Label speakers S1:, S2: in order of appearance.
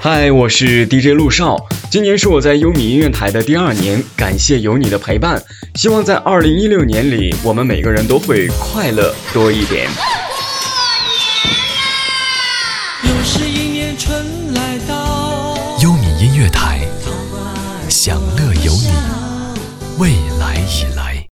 S1: 嗨，我是 DJ 陆少，今年是我在优米音乐台的第二年，感谢有你的陪伴，希望在二零一六年里，我们每个人都会快乐多一点。
S2: 又是一年春来到，
S3: 优米音乐台，享乐有你，未来已来。